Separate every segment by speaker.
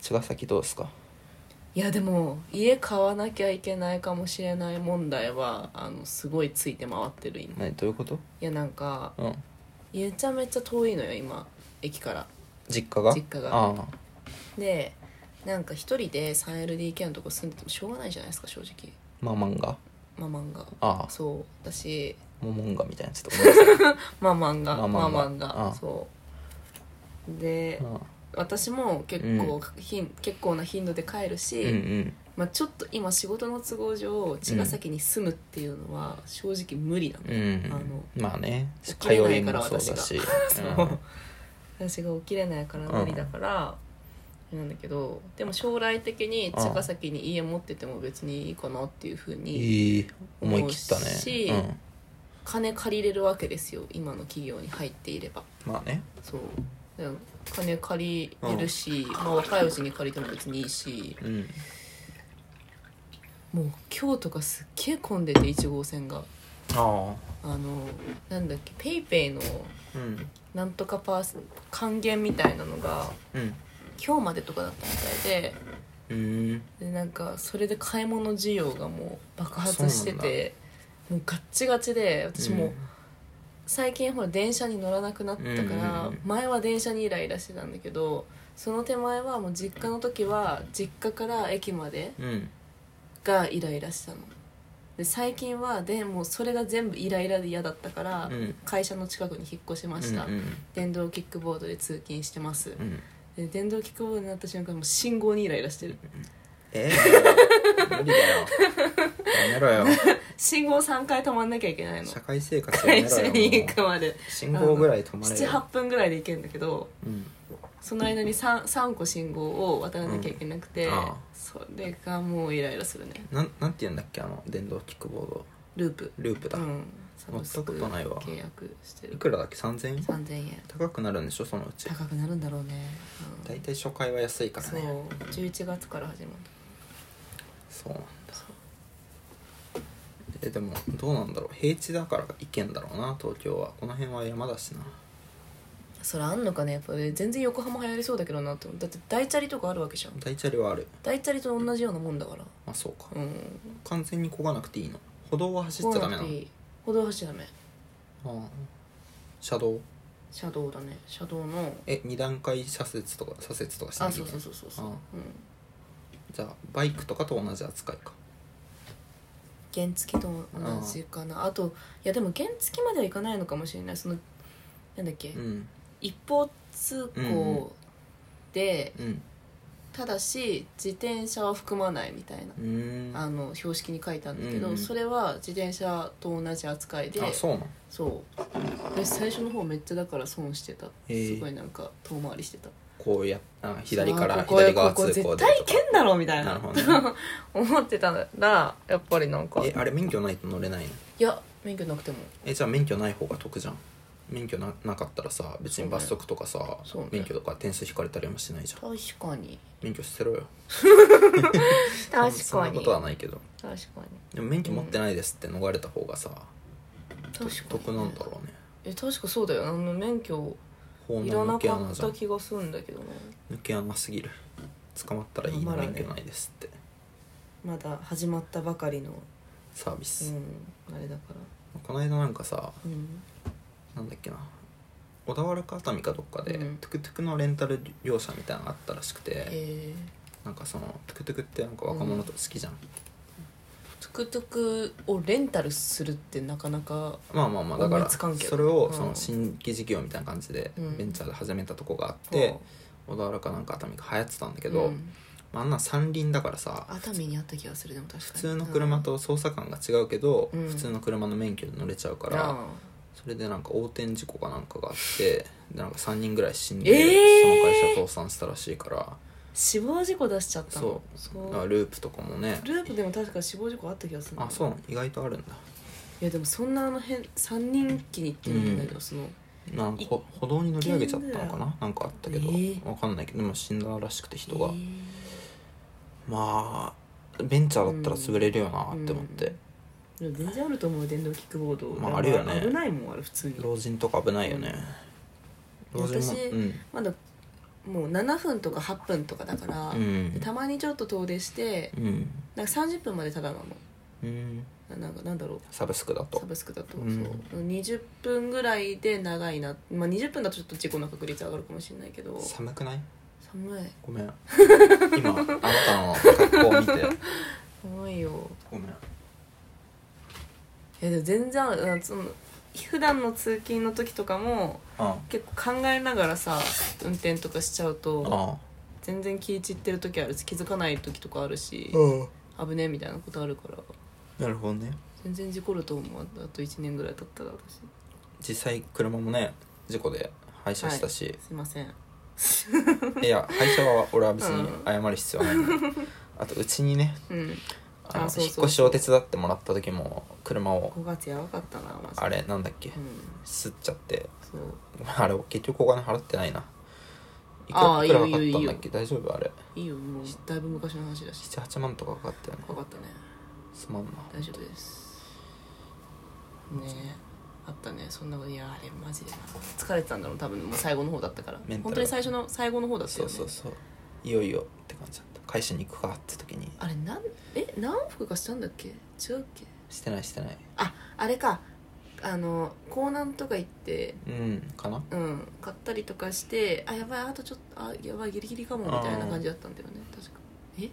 Speaker 1: 茅ヶ崎どうですか
Speaker 2: いやでも家買わなきゃいけないかもしれない問題はあのすごいついて回ってる今い
Speaker 1: 何どういうこと
Speaker 2: やなんか
Speaker 1: うん
Speaker 2: めちゃめちゃ遠いのよ今駅から
Speaker 1: 実家が
Speaker 2: 実家が
Speaker 1: ああ
Speaker 2: でなんか一人で 3LDK のとこ住んでてもしょうがないじゃないですか正直
Speaker 1: まあ漫画
Speaker 2: まあ漫画
Speaker 1: ああ
Speaker 2: そうだし
Speaker 1: もう漫画みたいなちょっとごめんなさい
Speaker 2: まあ漫画
Speaker 1: ま
Speaker 2: ま
Speaker 1: あ
Speaker 2: あ
Speaker 1: 漫画
Speaker 2: 漫
Speaker 1: ああ
Speaker 2: 画そうで
Speaker 1: ああ
Speaker 2: 私も結構、ひん結構な頻度で帰るし、
Speaker 1: うんうん
Speaker 2: まあ、ちょっと今仕事の都合上茅ヶ崎に住むっていうのは正直無理なの、
Speaker 1: う
Speaker 2: あの
Speaker 1: んまあね
Speaker 2: 起
Speaker 1: 通
Speaker 2: きれない
Speaker 1: いもそうだし
Speaker 2: そう私が起きれないから無理だから、なんだけどでも将来的に茅ヶ崎に家持ってても別にいいかなっていうふう
Speaker 1: うん
Speaker 2: に
Speaker 1: いい思い切ったね
Speaker 2: 思うし
Speaker 1: うん
Speaker 2: 金借りれるわけですよ今の企業に入っていれば
Speaker 1: まあね
Speaker 2: そうで金借りれるし、まあ、若いうちに借りても別にいいし
Speaker 1: うん
Speaker 2: もう今日とかすっげえ混んでて1号線が
Speaker 1: あ
Speaker 2: あのなんだっけペイペイの
Speaker 1: あうん
Speaker 2: なんとかパース還元みたいなのが
Speaker 1: うん
Speaker 2: 今日までとかだったみたいで
Speaker 1: うん
Speaker 2: でなんかそれで買い物需要がもう爆発しててもうガッチガチで私もう最近ほら電車に乗らなくなったか
Speaker 1: うんうん
Speaker 2: ら
Speaker 1: うん
Speaker 2: 前は電車にイライラしてたんだけどその手前はもう実家の時は実家から駅まで
Speaker 1: うん
Speaker 2: がイライラしたので最近はでもうそれが全部イライラで嫌だったから
Speaker 1: うん
Speaker 2: 会社の近くに引っ越しました
Speaker 1: うん
Speaker 2: 電動キックボードで通勤してます
Speaker 1: うんうん
Speaker 2: で電動キックボードになった瞬間もう信号にイライラしてる
Speaker 1: えー無理だよやめろよ
Speaker 2: 信号3回止まんなきゃいけないの
Speaker 1: 社会生活やめ
Speaker 2: 会
Speaker 1: ろ
Speaker 2: 社
Speaker 1: よ
Speaker 2: に行
Speaker 1: も
Speaker 2: くまで
Speaker 1: う信号ぐらい止まれよ
Speaker 2: 78分ぐらいで行けるんだけど
Speaker 1: うん
Speaker 2: その間に 3, 3個信号を渡らなきゃいけなくて、
Speaker 1: うんああ
Speaker 2: それがもうイライラするね
Speaker 1: なんなんて言うんだっけあの電動キックボード
Speaker 2: ループ
Speaker 1: ループだ、
Speaker 2: うんサ
Speaker 1: 乗
Speaker 2: ブ
Speaker 1: っ
Speaker 2: ス
Speaker 1: たこ
Speaker 2: ク
Speaker 1: とないわ
Speaker 2: 契約して
Speaker 1: い
Speaker 2: る
Speaker 1: くらだっけ3000円
Speaker 2: 3000円
Speaker 1: 高くなるんでしょそのうち
Speaker 2: 高くなるんだろうね、うん
Speaker 1: 大体初回は安いから
Speaker 2: そう
Speaker 1: ね
Speaker 2: 11月から始まる
Speaker 1: そうなんだえでもどうなんだろう平地だから行けんだろうな東京はこの辺は山だしな
Speaker 2: それあんのかねやっぱね全然横浜流行りそうだけどなって思うだって大チャリとかあるわけじゃん
Speaker 1: 大チャリはある
Speaker 2: 大チャリと同じようなもんだから
Speaker 1: あそうか
Speaker 2: うん
Speaker 1: 完全に漕がなくていいの歩道は走っちゃダメなの
Speaker 2: 歩道走っちゃダメ
Speaker 1: ああ車道
Speaker 2: 車道だね車道の
Speaker 1: え二段階左折とか左折とかしな
Speaker 2: あ
Speaker 1: きゃ
Speaker 2: そ
Speaker 1: いうけな
Speaker 2: そう
Speaker 1: い
Speaker 2: そうそうそう、
Speaker 1: あ
Speaker 2: うん
Speaker 1: あ、じゃあバイクとかと同じ扱いか
Speaker 2: 原付と同じかなあといやでも原付まではいかないのかもしれないそのなんだっけ、
Speaker 1: うん
Speaker 2: 一方通行で、
Speaker 1: うん
Speaker 2: ただし自転車は含まないみたいな
Speaker 1: う、ーん
Speaker 2: あの標識に書いてあるんだけど、
Speaker 1: うんうん
Speaker 2: それは自転車と同じ扱いで
Speaker 1: あそうなん
Speaker 2: そうで最初の方めっちゃだから損してた、
Speaker 1: へえ
Speaker 2: すごいなんか遠回りしてた
Speaker 1: こうやあ左か
Speaker 2: あ
Speaker 1: ら
Speaker 2: ここ
Speaker 1: 左側
Speaker 2: ここ
Speaker 1: 通行でと
Speaker 2: 絶
Speaker 1: か
Speaker 2: 対行けんだろみた
Speaker 1: な
Speaker 2: いな
Speaker 1: るほどね
Speaker 2: 思ってたらやっぱりなんか
Speaker 1: え
Speaker 2: い
Speaker 1: あれ免許ないと乗れないの
Speaker 2: や免許なくても
Speaker 1: えじゃあ免許ない方が得じゃん免許ななかったらさ別に罰則とかさ、
Speaker 2: そうね
Speaker 1: 免許とか点数引かれたりもしないじゃん
Speaker 2: 確かに
Speaker 1: 免許捨てろよ
Speaker 2: 確
Speaker 1: そん
Speaker 2: か
Speaker 1: なこ
Speaker 2: に
Speaker 1: とは
Speaker 2: 確か
Speaker 1: ないけど
Speaker 2: に
Speaker 1: でも免許持ってないですって逃れた方がさ、
Speaker 2: 確かに
Speaker 1: 得なんだろうね
Speaker 2: え確かそうだよあの免許
Speaker 1: 法
Speaker 2: いら
Speaker 1: の
Speaker 2: な
Speaker 1: 抜け
Speaker 2: か
Speaker 1: 穴
Speaker 2: っ
Speaker 1: じゃ
Speaker 2: た
Speaker 1: ん
Speaker 2: 気がするんだけどね
Speaker 1: 抜け穴すぎる捕まったらいい
Speaker 2: ま
Speaker 1: の
Speaker 2: あまだ
Speaker 1: 免
Speaker 2: ね
Speaker 1: 許ないですって
Speaker 2: まだ始まったばかりの
Speaker 1: サービス、
Speaker 2: うんあれだから
Speaker 1: この間なんかさ
Speaker 2: うん
Speaker 1: なんだっけな小田原か熱海かどっかで、
Speaker 2: うん
Speaker 1: トゥクトゥクのレンタル業者みたいなのがあったらしくて、
Speaker 2: え
Speaker 1: なんかそのトゥクトゥクってなんか若者と好きじゃん、
Speaker 2: ー、トゥクトゥクをレンタルするってなかなか
Speaker 1: まあまあまあだか
Speaker 2: 思
Speaker 1: ら
Speaker 2: いつかんけど
Speaker 1: それを
Speaker 2: うん
Speaker 1: その新規事業みたいな感じで
Speaker 2: うん
Speaker 1: ベンチャーで始めたとこがあって、小田原かなんか熱海か流行ってたんだけど、
Speaker 2: うん
Speaker 1: まあ、あんな三輪だからさ
Speaker 2: 熱海にあった気がするでも確かに
Speaker 1: 普通の車と操作感が違うけど、
Speaker 2: うん
Speaker 1: 普通の車の免許で乗れちゃうか、
Speaker 2: から
Speaker 1: それでなんか横転事故かなんかがあってでなんか3人ぐらい死んで、
Speaker 2: えー
Speaker 1: その会社倒産したらしいから
Speaker 2: 死亡事故出しちゃったの
Speaker 1: だからループとかもね
Speaker 2: ループでも確か死亡事故あった気がするんだ
Speaker 1: あそう意外とあるんだ
Speaker 2: いやでもそんなあの辺3人気に行ってみるんだけど、
Speaker 1: う
Speaker 2: その
Speaker 1: なんかほ歩道に乗り上げちゃったのか
Speaker 2: いけんだ
Speaker 1: ななんかあったけど、わ
Speaker 2: えー
Speaker 1: かんないけどでも死んだらしくて人が。
Speaker 2: えー
Speaker 1: まあベンチャーだったら潰れるよなって思って、
Speaker 2: いや全然あると思う電動キックボード、
Speaker 1: まああるよね
Speaker 2: 危ないもんあれ普通に
Speaker 1: 老人とか危ないよね、
Speaker 2: うん
Speaker 1: 老人も
Speaker 2: 私
Speaker 1: うん
Speaker 2: まだもう7分とか8分とかだから、
Speaker 1: うん
Speaker 2: でたまにちょっと遠出して
Speaker 1: うん
Speaker 2: なんか30分までただなの
Speaker 1: うん
Speaker 2: ななんかなんだろう
Speaker 1: サブスクだと
Speaker 2: サブスクだと、
Speaker 1: うん
Speaker 2: そう20分ぐらいで長いな、まあ、20分だとちょっと事故の確率上がるかもしれないけど
Speaker 1: 寒くない
Speaker 2: 寒い
Speaker 1: ご めん今あなたの格好を見て
Speaker 2: 寒いよ
Speaker 1: ごめん
Speaker 2: いやでも全然あるあその普段の通勤の時とかも
Speaker 1: あ
Speaker 2: 結構考えながらさ運転とかしちゃうと
Speaker 1: あ
Speaker 2: 全然気散ってる時あるし気づかない時とかあるし
Speaker 1: うん
Speaker 2: 危ねえみたいなことあるから
Speaker 1: なるほどね
Speaker 2: 全然事故ると思うあと1年ぐらい経ったら私
Speaker 1: 実際車もね事故で廃車したし、
Speaker 2: すいません
Speaker 1: い、や廃車は俺は別に
Speaker 2: うん
Speaker 1: 謝る必要はない、 あとうちにね
Speaker 2: うん
Speaker 1: あの
Speaker 2: あそうそう
Speaker 1: 引っ越しを手伝ってもらった時も車を
Speaker 2: 5月やばかったなマジで
Speaker 1: あれなんだっけ
Speaker 2: うん
Speaker 1: すっちゃって
Speaker 2: そう
Speaker 1: あれ結局お金払ってないないく
Speaker 2: あ
Speaker 1: ら
Speaker 2: ー
Speaker 1: いくらかかった
Speaker 2: いいよいい
Speaker 1: ん
Speaker 2: よ
Speaker 1: だっけ大丈夫あれ
Speaker 2: いいよもうだいぶ昔の話だし
Speaker 1: 78万とかかかったよね
Speaker 2: 怖かったね
Speaker 1: すまんな
Speaker 2: 大丈夫ですねえあったねそんなこといやあれマジでな疲れてたんだろう多分もう最後の方だったから
Speaker 1: メンタル
Speaker 2: 本当に最初の最後の方だった
Speaker 1: そ
Speaker 2: よ
Speaker 1: う
Speaker 2: ね
Speaker 1: そうそういよいよって感じだった会社に行くかって時に
Speaker 2: あれなんえ何服かしたんだっけ違うっけ
Speaker 1: してないしてない
Speaker 2: ああれかあの港南とか行って
Speaker 1: うんかな
Speaker 2: うん買ったりとかしてあやばいあとちょっとあやばいギリギリかもみたいな感じだったんだよね確かえ
Speaker 1: ちょ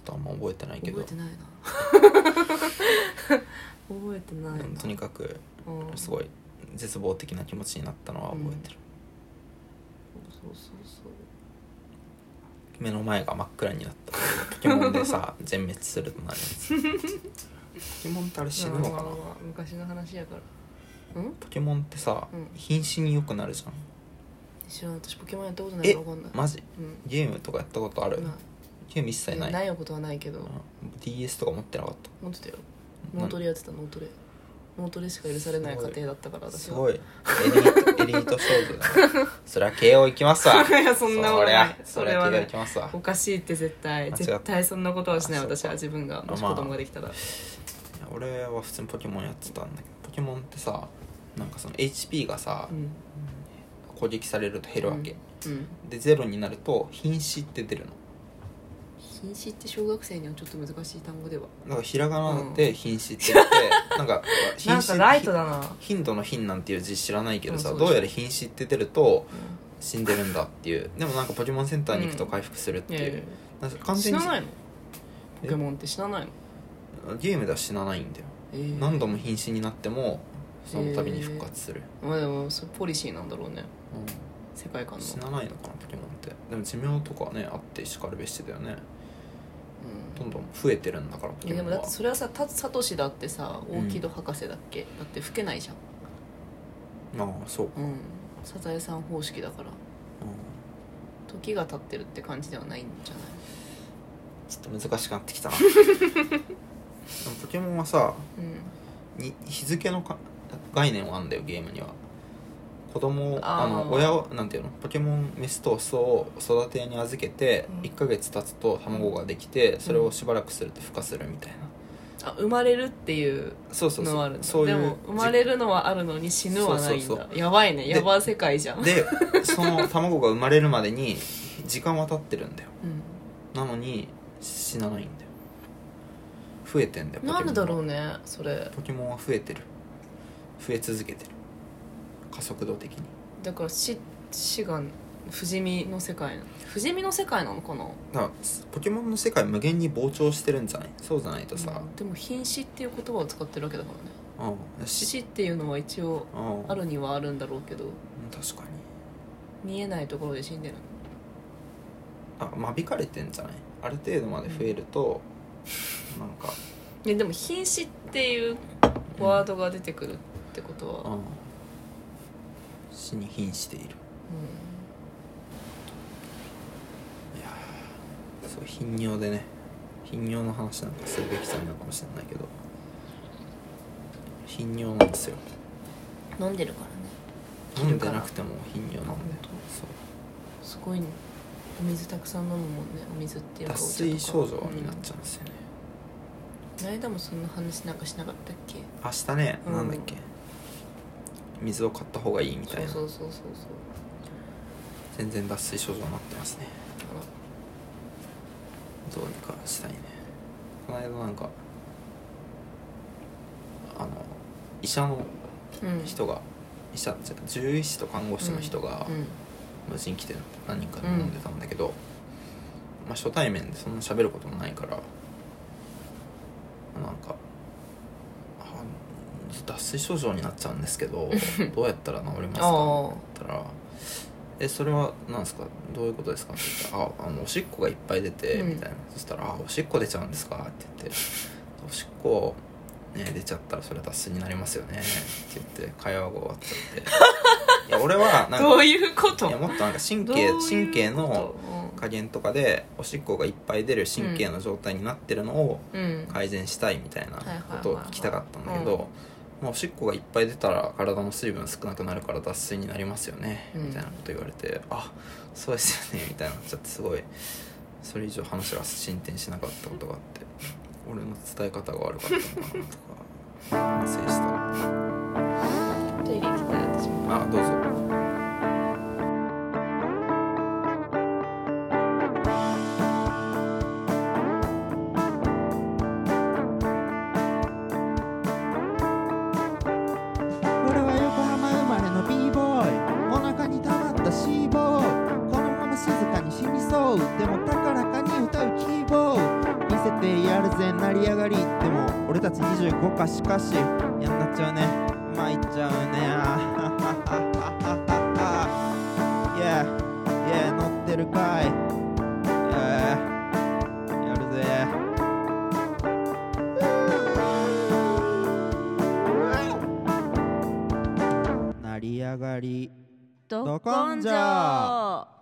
Speaker 1: っとあんま覚えてないけ
Speaker 2: 覚
Speaker 1: ど
Speaker 2: えてないな 覚えてないな
Speaker 1: うんとにかく
Speaker 2: うん
Speaker 1: すごい絶望的な気持ちになったのは覚えてる、
Speaker 2: そうそうそう
Speaker 1: 目の前が真っ暗になったポケモンで さ全滅するとなるやつポケモンってあれ死ぬのかな
Speaker 2: まあまあまあ昔の話やからうん
Speaker 1: ポケモンってさ、
Speaker 2: うん
Speaker 1: 瀕死によくなるじゃん
Speaker 2: 知らん私ポケモンやったことない
Speaker 1: え
Speaker 2: から分かんない
Speaker 1: マジ
Speaker 2: うん
Speaker 1: ゲームとかやったことある、
Speaker 2: な
Speaker 1: ゲーム一切
Speaker 2: いや
Speaker 1: ない
Speaker 2: ないことはないけど
Speaker 1: うん DS とか持ってなかっ
Speaker 2: 持ってたよ
Speaker 1: な
Speaker 2: 脳トレやってた脳トレ脳トレしか許されない家庭だったから
Speaker 1: た
Speaker 2: 私
Speaker 1: す
Speaker 2: は
Speaker 1: ごいエリートエリート少女だ なそりゃ慶応行きますわ
Speaker 2: いやそんなこと
Speaker 1: り
Speaker 2: ない
Speaker 1: ゃそ
Speaker 2: そ
Speaker 1: り
Speaker 2: れ
Speaker 1: ゃ
Speaker 2: は
Speaker 1: 慶応
Speaker 2: ね
Speaker 1: 行きますわ
Speaker 2: おかしいって絶対
Speaker 1: 間違った
Speaker 2: 絶対そんなことはしない
Speaker 1: あそうか
Speaker 2: 私は自分がもし
Speaker 1: まあ
Speaker 2: 子供ができたら
Speaker 1: いや俺は普通にポケモンやってたんだけどポケモンってさなんかその HP がさ、
Speaker 2: うん
Speaker 1: 攻撃されると減るわけ、
Speaker 2: うん
Speaker 1: でゼロになると瀕死って出るの
Speaker 2: 瀕死って小学生にはちょっと難しい単語では
Speaker 1: なんかひらがなで瀕死って言 って、なんか
Speaker 2: な
Speaker 1: 瀕
Speaker 2: ん
Speaker 1: 死
Speaker 2: かライトだな
Speaker 1: 頻度の頻なんていう字知らないけどさ、
Speaker 2: うんそう
Speaker 1: ど
Speaker 2: でしょ
Speaker 1: うやら瀕死って出ると死んでるんだっていうでもなんかポケモンセンターに行くと回復するって
Speaker 2: いや
Speaker 1: い
Speaker 2: いや
Speaker 1: う
Speaker 2: い、
Speaker 1: なんか
Speaker 2: や
Speaker 1: 完
Speaker 2: 死
Speaker 1: 全に
Speaker 2: なないのポケモンって死なないの
Speaker 1: ゲームでは死なないんだよ、
Speaker 2: えー
Speaker 1: 何度も瀕死になってもその度に復活する、
Speaker 2: まあでもそれポリシーなんだろうね
Speaker 1: うん
Speaker 2: 世界観の
Speaker 1: 死なないのかなポケモンってでも寿命とかねあってしかるべしだよねどんどん増えてるんだからポ
Speaker 2: うん
Speaker 1: ケ
Speaker 2: いやで
Speaker 1: モ
Speaker 2: も
Speaker 1: ン
Speaker 2: だっ
Speaker 1: は
Speaker 2: てそれはさたサトシだってさ
Speaker 1: う
Speaker 2: 大
Speaker 1: ん
Speaker 2: 木戸博士だっけ、だって老けないじゃん
Speaker 1: ああそうか、
Speaker 2: うんサザエさん方式だか
Speaker 1: う
Speaker 2: ら
Speaker 1: ん
Speaker 2: 時が経ってるって感じではないんじゃない
Speaker 1: ちょっと難しくなってき たなでもポケモンはさ
Speaker 2: うん
Speaker 1: に日付のか概念はあんだよゲームには子供を
Speaker 2: あー
Speaker 1: あの親をなんていうのポケモンメスとオスを育てに預けて
Speaker 2: うん
Speaker 1: 1ヶ月経つと卵ができてそれをしばらくすると孵化するみたいな、
Speaker 2: あ生まれるっていう
Speaker 1: そうそう
Speaker 2: の
Speaker 1: そ
Speaker 2: はあ
Speaker 1: う
Speaker 2: る
Speaker 1: そうい
Speaker 2: で
Speaker 1: う
Speaker 2: も生まれるのはあるのに死ぬはないんだ
Speaker 1: そうそう
Speaker 2: やばいね
Speaker 1: で
Speaker 2: やば世界じゃん、うん、
Speaker 1: でその卵が生まれるまでに時間は経ってるんだよなのに死なないんだよ増えてんだよポケモン
Speaker 2: なん
Speaker 1: は
Speaker 2: でだろうねそれ
Speaker 1: ポケモンは増えてる増え続けてる加速度的に
Speaker 2: だから死死が不死身の世界なの不死身の世界なのかな
Speaker 1: だからポケモンの世界無限に膨張してるんじゃないそうじゃないとさ、
Speaker 2: うんでも瀕死っていう言葉を使ってるわけだからね
Speaker 1: うん、し
Speaker 2: 死っていうのは一応
Speaker 1: うん
Speaker 2: あるにはあるんだろうけど
Speaker 1: 確かに
Speaker 2: 見えないところで死んでる
Speaker 1: あ間引かれてんじゃないある程度まで増えると、なんか、
Speaker 2: のででも瀕死っていうワードが出てくるってことは、
Speaker 1: うん、死に瀕しているそう頻尿でね頻尿の話なんかするべきじゃないのかもしれないけど頻尿なんですよ
Speaker 2: うん飲んでるからね
Speaker 1: 飲んでなくても頻尿なんで
Speaker 2: あ本当
Speaker 1: そう
Speaker 2: すごいねお水たくさん飲むもんねお水っていうか
Speaker 1: 脱水症状になっ
Speaker 2: ゃ
Speaker 1: ちゃうんですよね、
Speaker 2: うん、この間もそんな話なんかしなかったっけ
Speaker 1: 明日ね、
Speaker 2: うん
Speaker 1: なんだっけ水を買った方がいいみたいな
Speaker 2: そうそうそうそう
Speaker 1: 全然脱水症状になってますね
Speaker 2: あ
Speaker 1: ど
Speaker 2: ら
Speaker 1: うにかしたいねこの間なんかあの医者の
Speaker 2: うん
Speaker 1: 人が、医者じゃ獣医師と看護師の人が
Speaker 2: うん
Speaker 1: 無事に来て何人かで飲んでたんだけど、まあ、初対面でそんな喋ることもないからなんかあ「脱水症状になっちゃうんですけ どどうやったら治りますか?」って言ったら「えそれは何ですかどういうことですか?」って言ったら「ああのおしっこがいっぱい出て」
Speaker 2: うん
Speaker 1: みたいな、そしたら「あおしっこ出ちゃうんですか?」って言って「おしっこ、ね、出ちゃったらそれは脱水になりますよね」って言って会話が終わっち ゃっていや俺はなん
Speaker 2: ど
Speaker 1: か
Speaker 2: ういうこと
Speaker 1: いやもっとなんか神
Speaker 2: どう
Speaker 1: 経
Speaker 2: いうこと
Speaker 1: 神経の加減とかでおしっこがいっぱい出る神経の状態になってるのを
Speaker 2: うんうん
Speaker 1: 改善したいみたいなことを聞きたかったんだけ
Speaker 2: はいはいはいは
Speaker 1: ど、
Speaker 2: い
Speaker 1: まあ、おしっこがいっぱい出たら体の水分少なくなるから脱水になりますよね、
Speaker 2: うん
Speaker 1: みたいなこと言われてあそうですよねみたいになっちゃってすごいそれ以上話が進展しなかったことがあって俺の伝え方が悪かったのかなとか反省した
Speaker 2: トイレ行きたい私も
Speaker 1: あどうぞ
Speaker 3: 俺は横浜生まれの b ボーイお腹に溜まった c ボーイこのまま静かに死にそうでも高らかに歌うキーボー見せてやるぜ成り上がりでも俺たち25かしかしやんなっちゃうね参っちゃうね あはははははは Yeah Yeah 乗ってるかい Yeah やるぜ成り上がり
Speaker 4: ど
Speaker 3: ど根性